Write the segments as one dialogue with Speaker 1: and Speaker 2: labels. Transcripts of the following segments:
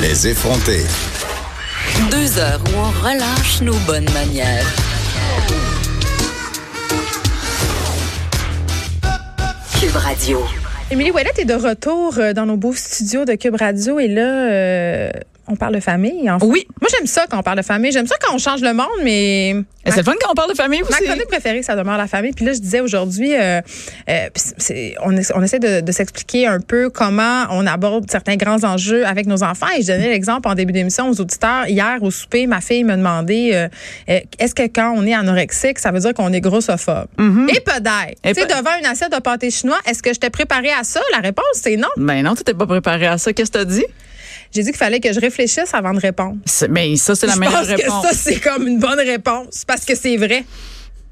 Speaker 1: Les effronter.
Speaker 2: Deux heures où on relâche nos bonnes manières. Cube Radio.
Speaker 3: Émilie Ouellet est de retour euh, dans nos beaux studios de Cube Radio et là, euh, on parle de famille. Enfin.
Speaker 4: Oui.
Speaker 3: Moi, j'aime ça quand on parle de famille. J'aime ça quand on change le monde, mais
Speaker 4: Et C'est le fun quand on parle de famille
Speaker 3: ma
Speaker 4: aussi.
Speaker 3: chronique préférée, ça demeure la famille. Puis là, je disais aujourd'hui, euh, euh, puis c'est- on, es- on essaie de, de s'expliquer un peu comment on aborde certains grands enjeux avec nos enfants. Et je donnais l'exemple en début d'émission aux auditeurs. Hier, au souper, ma fille me demandait euh, euh, est-ce que quand on est anorexique, ça veut dire qu'on est grossophobe Et peut-être.
Speaker 4: Mm-hmm. Et
Speaker 3: Tu sais,
Speaker 4: peut-
Speaker 3: devant une assiette de pâté chinois, est-ce que je t'ai préparé à ça La réponse, c'est non.
Speaker 4: Mais Ben non, tu t'es pas préparé à ça. Qu'est-ce que t'as dit?
Speaker 3: J'ai dit qu'il fallait que je réfléchisse avant de répondre.
Speaker 4: C'est- Mais ça, c'est la
Speaker 3: je
Speaker 4: meilleure
Speaker 3: pense
Speaker 4: réponse.
Speaker 3: que ça, c'est comme une bonne réponse parce que c'est vrai.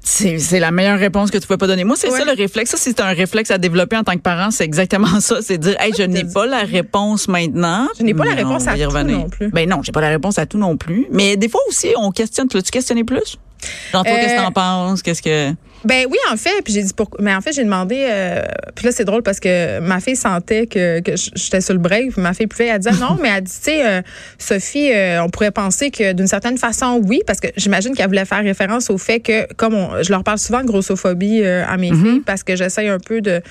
Speaker 4: C'est c'est la meilleure réponse que tu peux pas donner. Moi, c'est
Speaker 3: Ouais.
Speaker 4: ça le réflexe. Ça, c'est un réflexe à développer en tant que parent. C'est exactement ça. C'est dire, hey, je n'ai pas la réponse maintenant.
Speaker 3: Je n'ai pas la
Speaker 4: mais on
Speaker 3: réponse
Speaker 4: va
Speaker 3: à
Speaker 4: y
Speaker 3: tout
Speaker 4: revenir.
Speaker 3: non plus.
Speaker 4: Ben non, j'ai pas la réponse à tout non plus. Mais des fois aussi, on questionne. Tu l'as-tu questionné plus? Genre, toi,
Speaker 3: Euh,
Speaker 4: qu'est-ce que t'en penses? Qu'est-ce que.
Speaker 3: Ben oui, en fait, puis j'ai dit pourquoi. Mais en fait, j'ai demandé. euh, puis là, c'est drôle parce que ma fille sentait que, que j- j'étais sur le break. Puis ma fille pouvait, elle disait non, mais elle dit, tu sais, euh, Sophie, euh, on pourrait penser que d'une certaine façon, oui, parce que j'imagine qu'elle voulait faire référence au fait que, comme on- je leur parle souvent de grossophobie euh, à mes filles, parce que j'essaye un peu de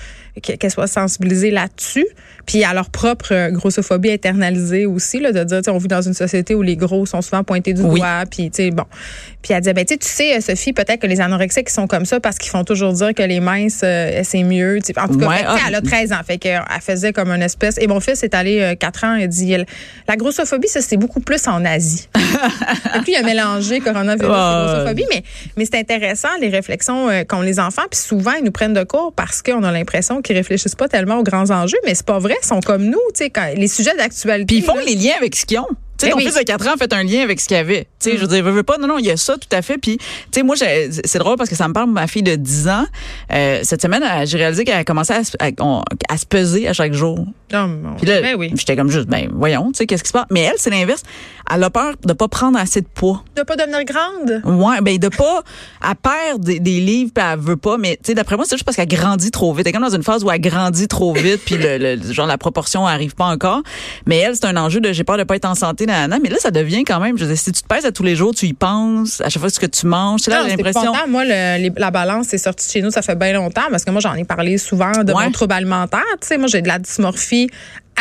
Speaker 3: que- qu'elles soient sensibilisées là-dessus, puis à leur propre euh, grossophobie internalisée aussi, là, de dire, tu sais, on vit dans une société où les gros sont souvent pointés du
Speaker 4: Oui.
Speaker 3: doigt, puis tu sais, bon. Puis elle disait, ben, tu sais, tu sais, euh, Sophie, peut-être que les anorexiques ils sont comme ça parce qu'ils font toujours dire que les minces, euh, c'est mieux. tu sais. En tout cas,
Speaker 4: Ouais,
Speaker 3: fait que, tu sais,
Speaker 4: ah,
Speaker 3: elle a 13 ans. Fait qu'elle faisait comme une espèce. Et mon fils est allé 4 ans et dit, elle- la grossophobie, ça, c'est beaucoup plus en Asie. Et puis, il a mélangé coronavirus
Speaker 4: Ah.
Speaker 3: et grossophobie. Mais, mais c'est intéressant, les réflexions euh, qu'ont les enfants. Puis souvent, ils nous prennent de court parce qu'on a l'impression qu'ils réfléchissent pas tellement aux grands enjeux. Mais c'est pas vrai. Ils sont comme nous. Tu sais, quand, les sujets d'actualité.
Speaker 4: Puis ils font
Speaker 3: là,
Speaker 4: les liens avec ce qu'ils ont. Tu sais,
Speaker 3: Ben
Speaker 4: ton
Speaker 3: oui. Mm.
Speaker 4: fils de 4 ans fait un lien avec ce qu'il y avait. Tu sais, je veux dire, veux, veux pas, non, non, il y a ça tout à fait. Puis, tu sais, moi, j'ai- c'est drôle parce que ça me parle de ma fille de 10 ans. Euh, cette semaine, elle- j'ai réalisé qu'elle a commencé à, se- à- on- à se peser à chaque jour.
Speaker 3: oh, mon-
Speaker 4: Puis là,
Speaker 3: ben oui.
Speaker 4: j'étais comme juste, ben voyons, tu sais, qu'est-ce qui se passe? Mais elle, c'est l'inverse. Elle a peur de pas prendre assez de poids.
Speaker 3: De pas devenir grande.
Speaker 4: Ouais, ben de pas à perdre des, des livres puis elle veut pas mais tu sais d'après moi c'est juste parce qu'elle grandit trop vite. Elle est comme dans une phase où elle grandit trop vite puis le, le- genre la proportion arrive pas encore. Mais elle c'est un enjeu de j'ai peur de pas être en santé nanana mais là ça devient quand même je veux dire, si tu te pèses à tous les jours, tu y penses, à chaque fois que tu manges, c'est là
Speaker 3: Non,
Speaker 4: j'ai
Speaker 3: c'est
Speaker 4: l'impression
Speaker 3: épouvantable. Moi, le- les- la balance c'est sorti de chez nous, ça fait bien longtemps parce que moi, j'en ai parlé souvent de
Speaker 4: Ouais.
Speaker 3: mon trouble alimentaire. Tu sais, moi, j'ai de la dysmorphie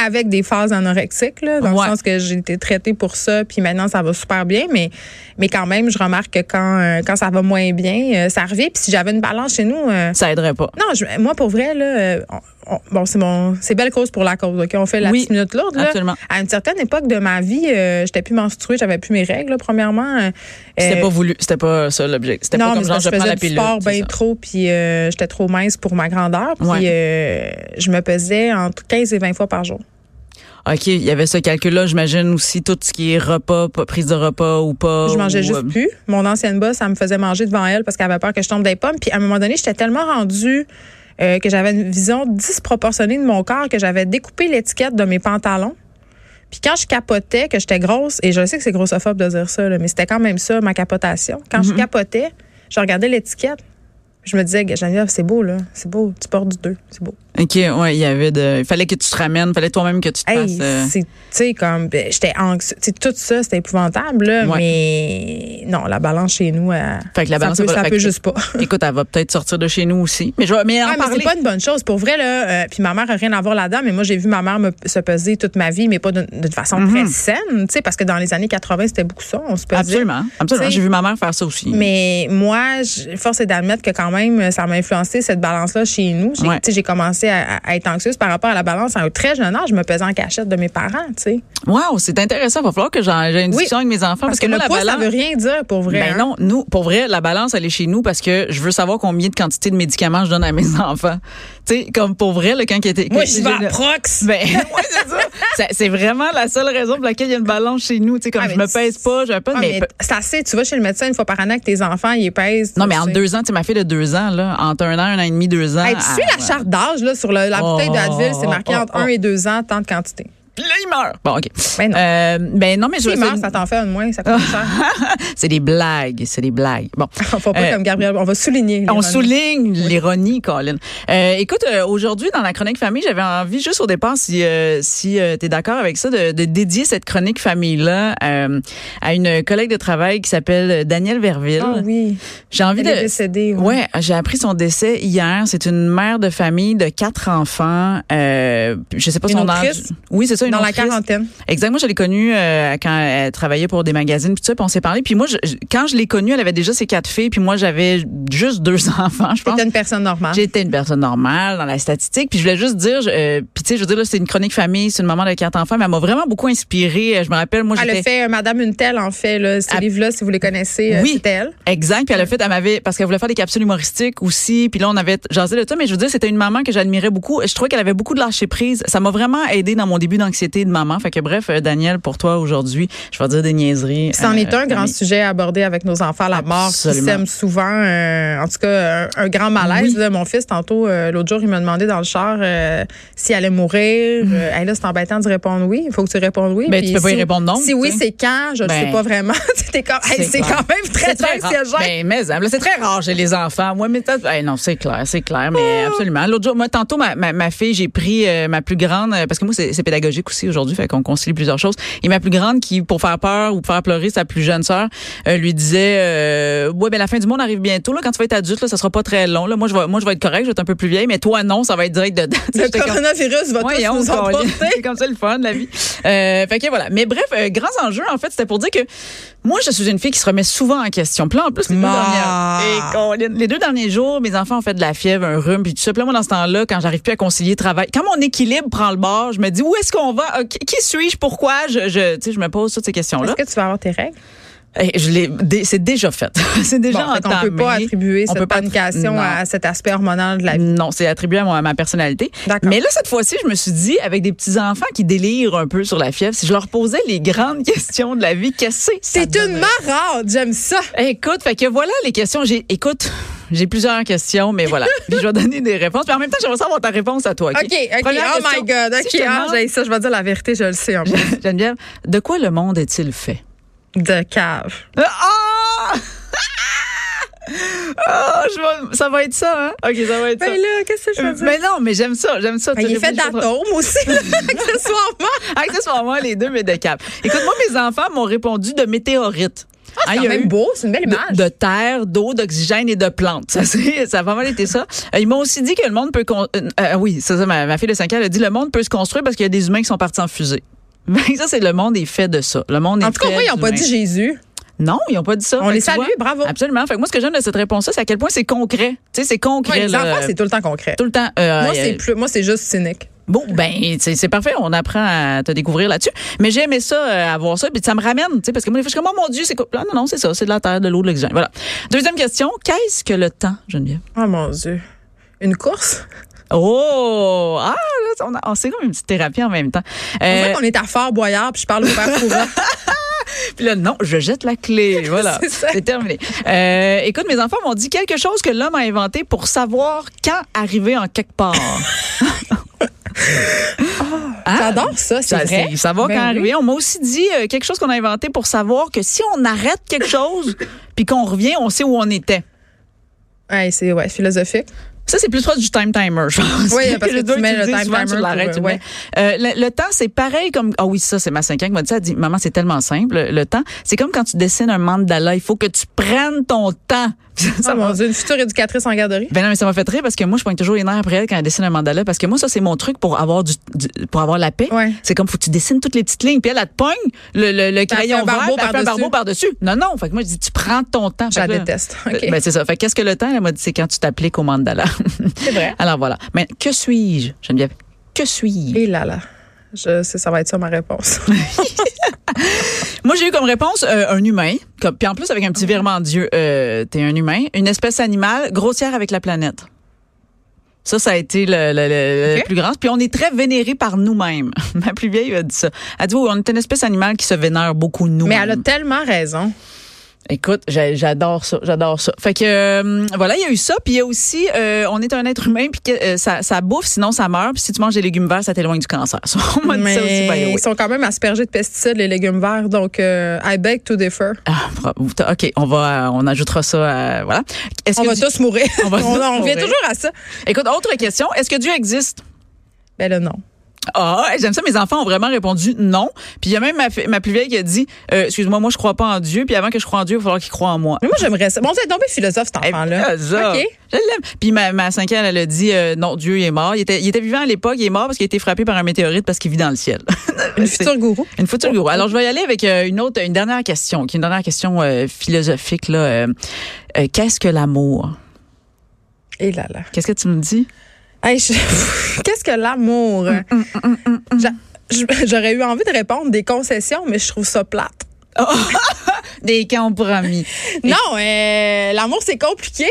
Speaker 3: avec des phases anorexiques, là, dans
Speaker 4: Ouais.
Speaker 3: le sens que j'ai été traitée pour ça, puis maintenant, ça va super bien. Mais, mais quand même, je remarque que quand, euh, quand ça va moins bien, euh, ça revient. Puis si j'avais une balance chez nous, euh,
Speaker 4: ça aiderait pas.
Speaker 3: non, je- moi, pour vrai, là, euh, on- on- bon, c'est mon, c'est belle cause pour la cause, OK? On fait la
Speaker 4: Oui,
Speaker 3: petite minute lourde, là.
Speaker 4: absolument.
Speaker 3: À une certaine époque de ma vie, euh, j'étais plus menstruée, j'avais plus mes règles, là, premièrement. Euh,
Speaker 4: C'était
Speaker 3: euh,
Speaker 4: pas voulu, c'était pas ça l'objet. C'était
Speaker 3: non,
Speaker 4: pas comme
Speaker 3: mais
Speaker 4: genre
Speaker 3: c'est
Speaker 4: je
Speaker 3: parce
Speaker 4: prends
Speaker 3: que
Speaker 4: la
Speaker 3: je faisais
Speaker 4: pilule.
Speaker 3: du sport ben,
Speaker 4: c'est
Speaker 3: bien
Speaker 4: ça.
Speaker 3: trop, puis euh, j'étais trop mince pour ma grandeur. Puis
Speaker 4: Ouais.
Speaker 3: euh, je me pesais entre 15 et 20 fois par jour.
Speaker 4: OK, il y avait ce calcul là, j'imagine aussi tout ce qui est repas, pas- prise de repas ou pas.
Speaker 3: Je mangeais
Speaker 4: ou,
Speaker 3: juste
Speaker 4: euh,
Speaker 3: plus. Mon ancienne boss, elle me faisait manger devant elle parce qu'elle avait peur que je tombe des pommes. Puis à un moment donné, j'étais tellement rendue euh, que j'avais une vision disproportionnée de mon corps que j'avais découpé l'étiquette de mes pantalons. Puis quand je capotais, que j'étais grosse, et je sais que c'est grossophobe de dire ça, là, mais c'était quand même ça, ma capotation. Quand
Speaker 4: Mm-hmm.
Speaker 3: je capotais, je regardais l'étiquette. Je me disais, Geneviève, c'est beau, là. C'est beau. Tu portes du 2. C'est beau.
Speaker 4: OK, ouais, il y avait de il fallait que tu te ramènes, fallait toi-même que tu te
Speaker 3: Hey,
Speaker 4: fasses, euh,
Speaker 3: c'est, tu sais, comme, ben, j'étais anxieuse. Tu sais, tout ça, c'était épouvantable, là,
Speaker 4: Ouais.
Speaker 3: mais non, la balance chez nous, elle-
Speaker 4: Fait que la balance,
Speaker 3: ça peut,
Speaker 4: c'est pas-
Speaker 3: ça
Speaker 4: fait
Speaker 3: peut
Speaker 4: que-
Speaker 3: juste pas.
Speaker 4: Écoute, elle va peut-être sortir de chez nous aussi. Mais je vais mais en
Speaker 3: Ah, mais
Speaker 4: parler.
Speaker 3: c'est pas une bonne chose. Pour vrai, là, euh, puis ma mère a rien à voir là-dedans, mais moi, j'ai vu ma mère me- se peser toute ma vie, mais pas d'une d'une façon
Speaker 4: Mhm.
Speaker 3: très saine, tu sais, parce que dans les années 80, c'était beaucoup ça, on se pesait.
Speaker 4: Absolument. Absolument.
Speaker 3: Tu sais-
Speaker 4: J'ai vu ma mère faire ça aussi.
Speaker 3: Mais moi, je- force est d'admettre que quand même, ça m'a influencé cette balance-là chez nous. J'ai
Speaker 4: Ouais.
Speaker 3: tu sais, j'ai commencé à, à être anxieuse par rapport à la balance à un très jeune âge. Je me pesais en cachette de mes parents, tu sais.
Speaker 4: Wow, c'est intéressant. Il va falloir que j'en- j'ai une discussion avec mes enfants.
Speaker 3: Parce, que,
Speaker 4: moi,
Speaker 3: le
Speaker 4: la
Speaker 3: poids,
Speaker 4: balance,
Speaker 3: ça veut rien dire pour vrai.
Speaker 4: Ben
Speaker 3: hein.
Speaker 4: non, nous, pour vrai, la balance, elle est chez nous parce que je veux savoir combien de quantité de médicaments je donne à mes enfants. Tu sais, comme pour vrai, le quand qui était.
Speaker 3: Moi,
Speaker 4: quand
Speaker 3: je
Speaker 4: j'ai-
Speaker 3: suis en prox.
Speaker 4: Ben, ouais, c'est ça. C'est- C'est vraiment la seule raison pour laquelle il y a une balance chez nous. Tu sais, comme
Speaker 3: Ah,
Speaker 4: je
Speaker 3: mais
Speaker 4: me pèse pas, j'ai un peu,
Speaker 3: Ah,
Speaker 4: mais,
Speaker 3: mais c'est assez. Tu vas chez le médecin une fois par an avec tes enfants, ils les pèsent.
Speaker 4: non,
Speaker 3: tu
Speaker 4: mais en
Speaker 3: sais.
Speaker 4: deux ans, tu sais, ma fille de deux ans, là, entre un an, un an et demi, deux ans. ah,
Speaker 3: Hey, tu suis la
Speaker 4: elle-
Speaker 3: charte d'âge là, sur le- la
Speaker 4: Oh,
Speaker 3: bouteille d'Advil, c'est marqué
Speaker 4: oh,
Speaker 3: entre
Speaker 4: oh.
Speaker 3: 1 et 2 ans, tant de quantité.
Speaker 4: Puis là, il meurt. Bon, OK.
Speaker 3: Ben non.
Speaker 4: Euh, ben non, mais je
Speaker 3: Tu
Speaker 4: c'est
Speaker 3: meurs,
Speaker 4: une-
Speaker 3: ça t'en fait un de moins, ça
Speaker 4: Ah.
Speaker 3: coûte cher.
Speaker 4: C'est des blagues, c'est des blagues. Bon.
Speaker 3: Faut pas
Speaker 4: Euh,
Speaker 3: comme Gabriel, on va souligner.
Speaker 4: On
Speaker 3: l'ironie.
Speaker 4: souligne l'ironie, Colin. Euh, écoute, euh, aujourd'hui, dans la chronique famille, j'avais envie, juste au départ, si, euh, si tu es d'accord avec ça, de, de dédier cette chronique famille-là euh, à une collègue de travail qui s'appelle Danielle Verville.
Speaker 3: Ah oui.
Speaker 4: J'ai envie
Speaker 3: Elle est
Speaker 4: de...
Speaker 3: décédée, ouais.
Speaker 4: Ouais, j'ai appris son décès hier. C'est une mère de famille de quatre enfants. Euh, je sais pas
Speaker 3: Une
Speaker 4: son
Speaker 3: autrice?
Speaker 4: âge. Oui, c'est ça, une
Speaker 3: Dans la
Speaker 4: autrice.
Speaker 3: quarantaine.
Speaker 4: Exactement, je l'ai connue euh, quand elle travaillait pour des magazines puis tout ça, puis on s'est parlé. Puis moi, je- je- quand je l'ai connue, elle avait déjà ses quatre filles, puis moi j'avais juste deux enfants, je pense.
Speaker 3: T'étais une personne normale.
Speaker 4: J'étais une personne normale dans la statistique, puis je voulais juste dire, je- euh, puis tu sais, je veux dire là, c'est une chronique famille, c'est une maman de quatre enfants, mais elle m'a vraiment beaucoup inspirée. Euh, Je me rappelle, moi
Speaker 3: Elle a
Speaker 4: j'étais
Speaker 3: fait euh, Madame Une Telle, en fait, là, ce
Speaker 4: Ah.
Speaker 3: livre-là, si vous les connaissez, euh,
Speaker 4: Oui.
Speaker 3: c'était elle.
Speaker 4: Exact. Puis elle a fait, elle m'avait, parce qu'elle voulait faire des capsules humoristiques aussi. Puis là, on avait jasé le tout. Mais je veux dire, c'était une maman que j'admirais beaucoup. Je trouvais qu'elle avait beaucoup de lâcher prise. Ça m'a vraiment aidé dans mon début d'anxiété de maman. Fait que bref, euh, Daniel, pour toi aujourd'hui, je vais dire des niaiseries.
Speaker 3: C'en
Speaker 4: euh,
Speaker 3: est un grand
Speaker 4: mais-
Speaker 3: sujet à aborder avec nos enfants, la mort qui
Speaker 4: Absolument.
Speaker 3: sème souvent, euh, en tout cas, un, un grand malaise.
Speaker 4: Oui.
Speaker 3: là. mon fils, tantôt, euh, l'autre jour, il m'a demandé dans le char euh, s'il allait mourir. Euh, Hey, là, c'est embêtant de répondre oui. Il faut que tu répondes oui.
Speaker 4: Mm. Ben,
Speaker 3: Puis
Speaker 4: tu peux pas y
Speaker 3: si-
Speaker 4: répondre non,
Speaker 3: Si oui,
Speaker 4: tu sais.
Speaker 3: c'est quand, je ne
Speaker 4: Ben,
Speaker 3: sais pas vraiment. Tu sais, t'es comme, hey,
Speaker 4: c'est
Speaker 3: c'est
Speaker 4: clair.
Speaker 3: quand même très,
Speaker 4: C'est
Speaker 3: très,
Speaker 4: très rare.
Speaker 3: siégeant.
Speaker 4: Ben, mais, hein, là, c'est très rare chez les enfants. Moi, mais t'as- eh non, c'est clair, c'est clair, mais absolument. L'autre jour, moi, tantôt, ma, ma, ma fille, j'ai pris euh, ma plus grande, euh, parce que moi, c'est c'est pédagogique aussi aujourd'hui, fait qu'on concilie plusieurs choses. Et ma plus grande, qui, pour faire peur ou pour faire pleurer sa plus jeune sœur, euh, lui disait, euh, ouais, ben la fin du monde arrive bientôt. Là, quand tu vas être adulte, là, ça sera pas très long. Là, moi, je vais, moi, je vais être correct, je vais être un peu plus vieille, mais toi, non, ça va être direct dedans.
Speaker 3: Le
Speaker 4: J'étais comme-
Speaker 3: coronavirus va tous
Speaker 4: Voyons,
Speaker 3: nous
Speaker 4: Colin.
Speaker 3: emporter.
Speaker 4: C'est comme ça le fun, la vie. Euh, fait que voilà. Mais bref, euh, grands enjeux, en fait, c'était pour dire que moi, je suis une fille qui se remet souvent en question. Puis là, en plus, les deux,
Speaker 3: Ma.
Speaker 4: dernières, Et Colin, les deux derniers jours, mes enfants ont fait de la fièvre, un rhume, puis tout ça. Puis là, moi, dans ce temps-là, quand j'arrive plus à concilier travail, quand mon équilibre prend le bord, je me dis où est-ce qu'on va? Euh, qui- qui suis-je? Pourquoi? Je, je, tu sais, je me pose toutes ces questions-là.
Speaker 3: Est-ce que tu vas avoir tes règles?
Speaker 4: Eh, Je l'ai, dé- c'est déjà fait. c'est déjà
Speaker 3: Bon, fait qu'on
Speaker 4: entamé.
Speaker 3: peut pas attribuer
Speaker 4: On
Speaker 3: cette
Speaker 4: peut pas attri-
Speaker 3: panication
Speaker 4: Non.
Speaker 3: à cet aspect hormonal de la vie.
Speaker 4: Non, c'est attribué à, mon- à ma personnalité.
Speaker 3: D'accord.
Speaker 4: Mais là, cette fois-ci, je me suis dit, avec des petits-enfants qui délirent un peu sur la fièvre, si je leur posais les grandes questions de la vie, qu'est-ce que c'est? ça
Speaker 3: C'est une
Speaker 4: donnerait?
Speaker 3: marade, j'aime ça.
Speaker 4: Écoute, fait que voilà les questions. J'ai, écoute, j'ai plusieurs questions, mais voilà. Puis je vais donner des réponses. Mais en même temps, j'aimerais savoir ta réponse à toi.
Speaker 3: OK, OK.
Speaker 4: Première
Speaker 3: oh
Speaker 4: question.
Speaker 3: my God. OK,
Speaker 4: Si je te
Speaker 3: ah,
Speaker 4: demande-
Speaker 3: j'ai ça. Je vais dire la vérité, je le sais. En plus.
Speaker 4: Geneviève, de quoi le monde est-il fait?
Speaker 3: De cave.
Speaker 4: Ah!
Speaker 3: oh!
Speaker 4: Ah, je vais- ça va être ça, hein? OK, ça va être ça. Euh,
Speaker 3: Ben là, qu'est-ce que je veux dire?
Speaker 4: Mais non, mais j'aime ça, j'aime ça.
Speaker 3: Ben,
Speaker 4: Tu
Speaker 3: il est fait
Speaker 4: réfléchis pas trop.
Speaker 3: d'atomes aussi, accessoirement.
Speaker 4: Accessoirement, les deux, mais de cap. Écoute, moi, mes enfants m'ont répondu de météorites. Ah,
Speaker 3: C'est
Speaker 4: il y
Speaker 3: quand
Speaker 4: a
Speaker 3: même
Speaker 4: eu
Speaker 3: beau, c'est une belle image.
Speaker 4: de, de terre, d'eau, d'oxygène et de plantes. Ça, c'est- ça a pas mal été ça. Euh, Ils m'ont aussi dit que le monde peut... con- euh, euh, oui, c'est ça, ma, ma fille de 5 ans, elle a dit le monde peut se construire parce qu'il y a des humains qui sont partis en fusée. Ben, ça, c'est le monde est fait de ça. Le monde est
Speaker 3: en tout cas,
Speaker 4: fait
Speaker 3: moi, ils n'ont pas
Speaker 4: d'humains.
Speaker 3: dit Jésus.
Speaker 4: Non, ils n'ont pas dit ça.
Speaker 3: On
Speaker 4: Fait
Speaker 3: les
Speaker 4: que tu
Speaker 3: salue, bravo.
Speaker 4: Absolument. Fait que moi, ce que j'aime de cette réponse-là, c'est à quel point c'est concret. Tu sais, c'est concret.
Speaker 3: Ouais, les
Speaker 4: là.
Speaker 3: enfants, c'est tout le temps concret.
Speaker 4: tout le temps. euh,
Speaker 3: Moi,
Speaker 4: euh,
Speaker 3: c'est plus, moi, c'est juste cynique.
Speaker 4: Bon, ben, c'est c'est parfait. On apprend à te découvrir là-dessus. Mais j'ai aimé ça, euh, avoir ça. Puis ça me ramène, tu sais, parce que moi, des fois, je suis comme, oh mon Dieu, c'est quoi? Ah, non, non, c'est ça. C'est de la terre, de l'eau, de l'oxygène. Voilà. Deuxième question. Qu'est-ce que le temps, Geneviève?
Speaker 3: Oh mon Dieu. Une course?
Speaker 4: Oh! Ah, là, on, a- on s'est comme une petite thérapie en même temps.
Speaker 3: On
Speaker 4: Euh,
Speaker 3: dirait qu'on est à Fort Boyard, puis je parle au père courant.
Speaker 4: puis là, non, je jette la clé. Voilà.
Speaker 3: C'est ça.
Speaker 4: c'est terminé. Euh, écoute, mes enfants m'ont dit quelque chose que l'homme a inventé pour savoir quand arriver en quelque part. Ah.
Speaker 3: J'adore ça, c'est
Speaker 4: Ça,
Speaker 3: vrai.
Speaker 4: c'est- ça va
Speaker 3: Ben
Speaker 4: quand
Speaker 3: oui.
Speaker 4: arriver. On m'a aussi dit euh, quelque chose qu'on a inventé pour savoir que si on arrête quelque chose puis qu'on revient, on sait où on était.
Speaker 3: Ouais, c'est ouais, philosophique.
Speaker 4: Ça, c'est plus proche du time timer, je pense.
Speaker 3: Oui, parce que
Speaker 4: Les deux
Speaker 3: tu mets le
Speaker 4: dis
Speaker 3: time
Speaker 4: souvent, tu
Speaker 3: timer
Speaker 4: l'arrêtes,
Speaker 3: pour,
Speaker 4: tu le
Speaker 3: euh,
Speaker 4: mets. Euh, le, le temps, c'est pareil comme... Ah oui, ça, c'est ma 5 ans qui m'a dit ça. Elle dit, maman, c'est tellement simple, le temps. C'est comme quand tu dessines un mandala. Il faut que tu prennes ton temps.
Speaker 3: Ça, Oh mon Dieu, une future éducatrice en garderie.
Speaker 4: Ben non, mais ça m'a fait rire parce que moi, je pointe toujours les nerfs après elle quand elle dessine un mandala. Parce que moi, ça, c'est mon truc pour avoir du, du- pour avoir la paix.
Speaker 3: Ouais.
Speaker 4: C'est comme, faut que tu dessines toutes les petites lignes, puis elle, elle te pogne le, le, le
Speaker 3: T'as fait
Speaker 4: crayon
Speaker 3: un barbeau
Speaker 4: vert, puis elle fait un
Speaker 3: par-dessus.
Speaker 4: barbeau par-dessus. Non, non. Fait que moi, je dis, tu prends ton temps.
Speaker 3: Je
Speaker 4: Fait
Speaker 3: la
Speaker 4: que là,
Speaker 3: déteste. OK.
Speaker 4: Ben, c'est ça. Fait que qu'est-ce que le temps? Elle m'a dit, c'est quand tu t'appliques au mandala.
Speaker 3: C'est vrai.
Speaker 4: Alors voilà. Mais que suis-je, Geneviève? Que suis-je?
Speaker 3: Et là, là. Je sais, ça va être ça ma réponse.
Speaker 4: Moi, j'ai eu comme réponse euh, un humain. Comme, puis en plus, avec un petit virement d'yeux, euh, t'es un humain. Une espèce animale grossière avec la planète. Ça, ça a été le, le- le- le
Speaker 3: Ok.
Speaker 4: plus grand. Puis on est très vénéré par nous-mêmes. Ma plus vieille a dit ça. Elle dit, oui, on est une espèce animale qui se vénère beaucoup nous-mêmes.
Speaker 3: Mais elle a tellement raison.
Speaker 4: Écoute, j'a- j'adore ça, j'adore ça. Fait que euh, voilà, il y a eu ça, puis il y a aussi, euh, on est un être humain, puis que, euh, ça, ça bouffe, sinon ça meurt, puis si tu manges des légumes verts, ça t'éloigne du cancer. Ça, on m'a dit ça aussi, by the
Speaker 3: Mais
Speaker 4: way.
Speaker 3: ils sont quand même aspergés de pesticides, les légumes verts. Donc, euh, I beg to differ.
Speaker 4: Ah, pro- ok, on va, euh, on ajoutera ça, euh, voilà. Est-ce
Speaker 3: On
Speaker 4: que
Speaker 3: va
Speaker 4: du-
Speaker 3: tous mourir.
Speaker 4: On va tous
Speaker 3: on vient
Speaker 4: mourir.
Speaker 3: toujours à ça.
Speaker 4: Écoute, autre question, est-ce que Dieu existe?
Speaker 3: Ben là, non.
Speaker 4: Ah, hey, j'aime ça, mes enfants ont vraiment répondu non. Puis il y a même ma, fi- ma plus vieille qui a dit, euh, excuse-moi, moi je crois pas en Dieu, puis avant que je croie en Dieu, il va falloir qu'il croie en moi.
Speaker 3: Mais moi, j'aimerais ça. Bon, vous êtes tombé philosophe, cet
Speaker 4: Eh,
Speaker 3: enfant-là.
Speaker 4: ça.
Speaker 3: Mmh. OK.
Speaker 4: Je l'aime. Puis ma, ma cinquième, elle a dit euh, non, Dieu il est mort. Il était, il était vivant à l'époque, il est mort parce qu'il a été frappé par un météorite parce qu'il vit dans le ciel.
Speaker 3: Une
Speaker 4: C'est-
Speaker 3: future gourou.
Speaker 4: Une future gourou. Alors je vais y aller avec euh, une autre, une dernière question, qui est une dernière question euh, philosophique là. Euh, euh, Qu'est-ce que l'amour
Speaker 3: Et Eh là, là.
Speaker 4: Qu'est-ce que tu me dis
Speaker 3: Hey, je- Qu'est-ce que l'amour?
Speaker 4: Mm,
Speaker 3: J'a- j- J'aurais eu envie de répondre des concessions, mais je trouve ça plate.
Speaker 4: Des compromis.
Speaker 3: Non, euh, l'amour, c'est compliqué.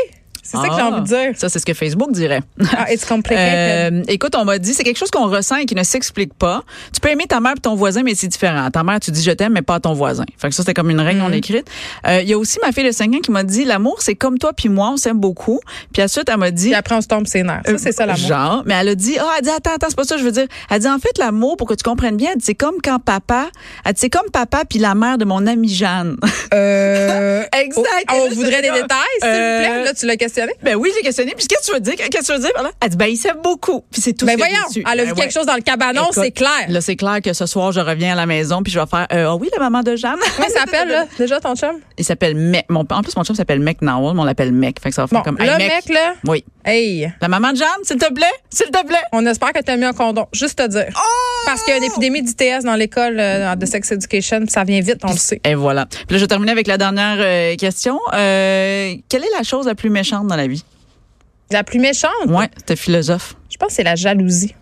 Speaker 3: C'est ça que j'ai
Speaker 4: Ah,
Speaker 3: envie de dire.
Speaker 4: Ça c'est ce que Facebook dirait.
Speaker 3: Ah, it's complicated.
Speaker 4: Euh, écoute, on m'a dit, c'est quelque chose qu'on ressent et qui ne s'explique pas. Tu peux aimer ta mère et ton voisin, mais c'est différent. Ta mère, tu dis je t'aime, mais pas à ton voisin. Fait que ça, c'était comme une
Speaker 3: Mm.
Speaker 4: règle non écrite. Euh, Il y a aussi ma fille de 5 ans qui m'a dit, l'amour, c'est comme toi puis moi, on s'aime beaucoup. Puis ensuite, elle m'a dit... Euh,
Speaker 3: Puis après, on se tombe ses nerfs. Ça, c'est ça, l'amour.
Speaker 4: Genre, mais elle a dit, ah, elle dit, attends, attends, c'est pas ça, que je veux dire. Elle dit, en fait, l'amour, pour que tu comprennes bien, elle dit, c'est comme quand papa, elle dit, c'est comme papa puis la mère de mon amie Jeanne.
Speaker 3: Euh,
Speaker 4: Exact.
Speaker 3: On voudrait des détails, s'il
Speaker 4: Euh,
Speaker 3: vous plaît. Là, tu l'as questionné.
Speaker 4: ben oui, j'ai questionné. Puis qu'est-ce que tu veux dire? Qu'est-ce que tu veux dire? par là? Elle dit, ben, il s'aime beaucoup. Puis c'est tout
Speaker 3: Ben
Speaker 4: ce que j'ai
Speaker 3: voyons,
Speaker 4: su.
Speaker 3: elle a vu
Speaker 4: Ben
Speaker 3: quelque
Speaker 4: ouais.
Speaker 3: chose dans le cabanon,
Speaker 4: Écoute,
Speaker 3: c'est clair.
Speaker 4: Là, c'est clair que ce soir, je reviens à la maison puis je vais faire euh, Ah oui, la maman de Jeanne.
Speaker 3: Comment il s'appelle, là? Déjà, ton chum?
Speaker 4: Il s'appelle Mec. Mon, en plus, mon chum s'appelle Mec Nowell, mais on l'appelle Mec. Fait que ça va faire
Speaker 3: Bon,
Speaker 4: comme
Speaker 3: là,
Speaker 4: Hey,
Speaker 3: mec, là,
Speaker 4: Oui.
Speaker 3: hey,
Speaker 4: La maman de Jeanne, s'il te plaît, s'il te plaît.
Speaker 3: on espère que t'as mis un condom. Juste te dire.
Speaker 4: Oh!
Speaker 3: Parce qu'il y a une épidémie d'ITS dans l'école euh, de sex education, puis ça vient vite, on le sait.
Speaker 4: Et voilà. Puis là, je vais terminer avec la dernière euh, question. Euh, quelle est la chose la plus méchante dans la vie?
Speaker 3: La plus méchante,
Speaker 4: Ouais, t'es philosophe.
Speaker 3: je pense, que c'est la jalousie.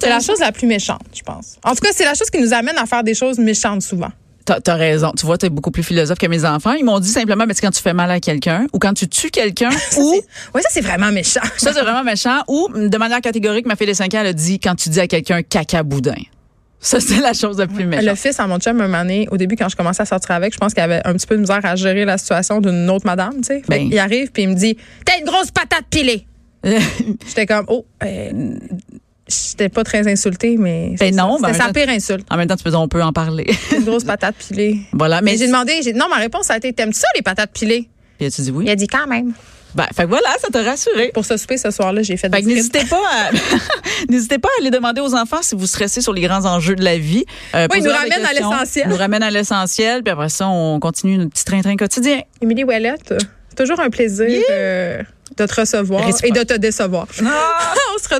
Speaker 3: C'est la chose la plus méchante, je pense. En tout cas, c'est la chose qui nous amène à faire des choses méchantes souvent.
Speaker 4: T'as t'as raison. Tu vois, t'es beaucoup plus philosophe que mes enfants. Ils m'ont dit simplement, mais c'est quand tu fais mal à quelqu'un ou quand tu tues quelqu'un ou
Speaker 3: Oui, ça, c'est vraiment méchant.
Speaker 4: Ça, c'est vraiment méchant. Ou, de manière catégorique, ma fille de 5 ans, elle a dit quand tu dis à quelqu'un caca boudin. Ça, c'est la chose la plus
Speaker 3: Le
Speaker 4: méchante.
Speaker 3: fils à mon chum, un moment donné, au début, quand je commençais à sortir avec, je pense qu'il avait un petit peu de misère à gérer la situation d'une autre madame, tu sais. Fait
Speaker 4: Ben.
Speaker 3: qu'il arrive, puis il me dit T'as une grosse patate pilée. J'étais comme Oh, euh, j'étais pas très insultée, mais. c'est
Speaker 4: non,
Speaker 3: ça.
Speaker 4: ben,
Speaker 3: C'était sa
Speaker 4: je-
Speaker 3: pire insulte.
Speaker 4: en même temps, tu peux dire, on peut en parler.
Speaker 3: Une grosse patate pilée.
Speaker 4: voilà. Mais,
Speaker 3: Mais j'ai demandé, j'ai dit, non, ma réponse a été T'aimes-tu ça, les patates pilées
Speaker 4: Puis tu dis
Speaker 3: Il
Speaker 4: oui.
Speaker 3: a dit quand même.
Speaker 4: Ben, fait que voilà, ça t'a rassuré.
Speaker 3: Pour ce souper ce soir-là, j'ai fait
Speaker 4: Fait
Speaker 3: des
Speaker 4: que
Speaker 3: frites.
Speaker 4: n'hésitez pas à, n'hésitez pas à aller demander aux enfants si vous stressez sur les grands enjeux de la vie. Euh,
Speaker 3: Oui, ils nous
Speaker 4: posez-leur des
Speaker 3: ramènent à
Speaker 4: questions.
Speaker 3: l'essentiel.
Speaker 4: Ils nous ramènent à l'essentiel, puis après ça, on continue notre petit train-train quotidien.
Speaker 3: Émilie Ouellette, toujours un plaisir euh, de te recevoir
Speaker 4: Réciproque. Ah!
Speaker 3: et de te décevoir.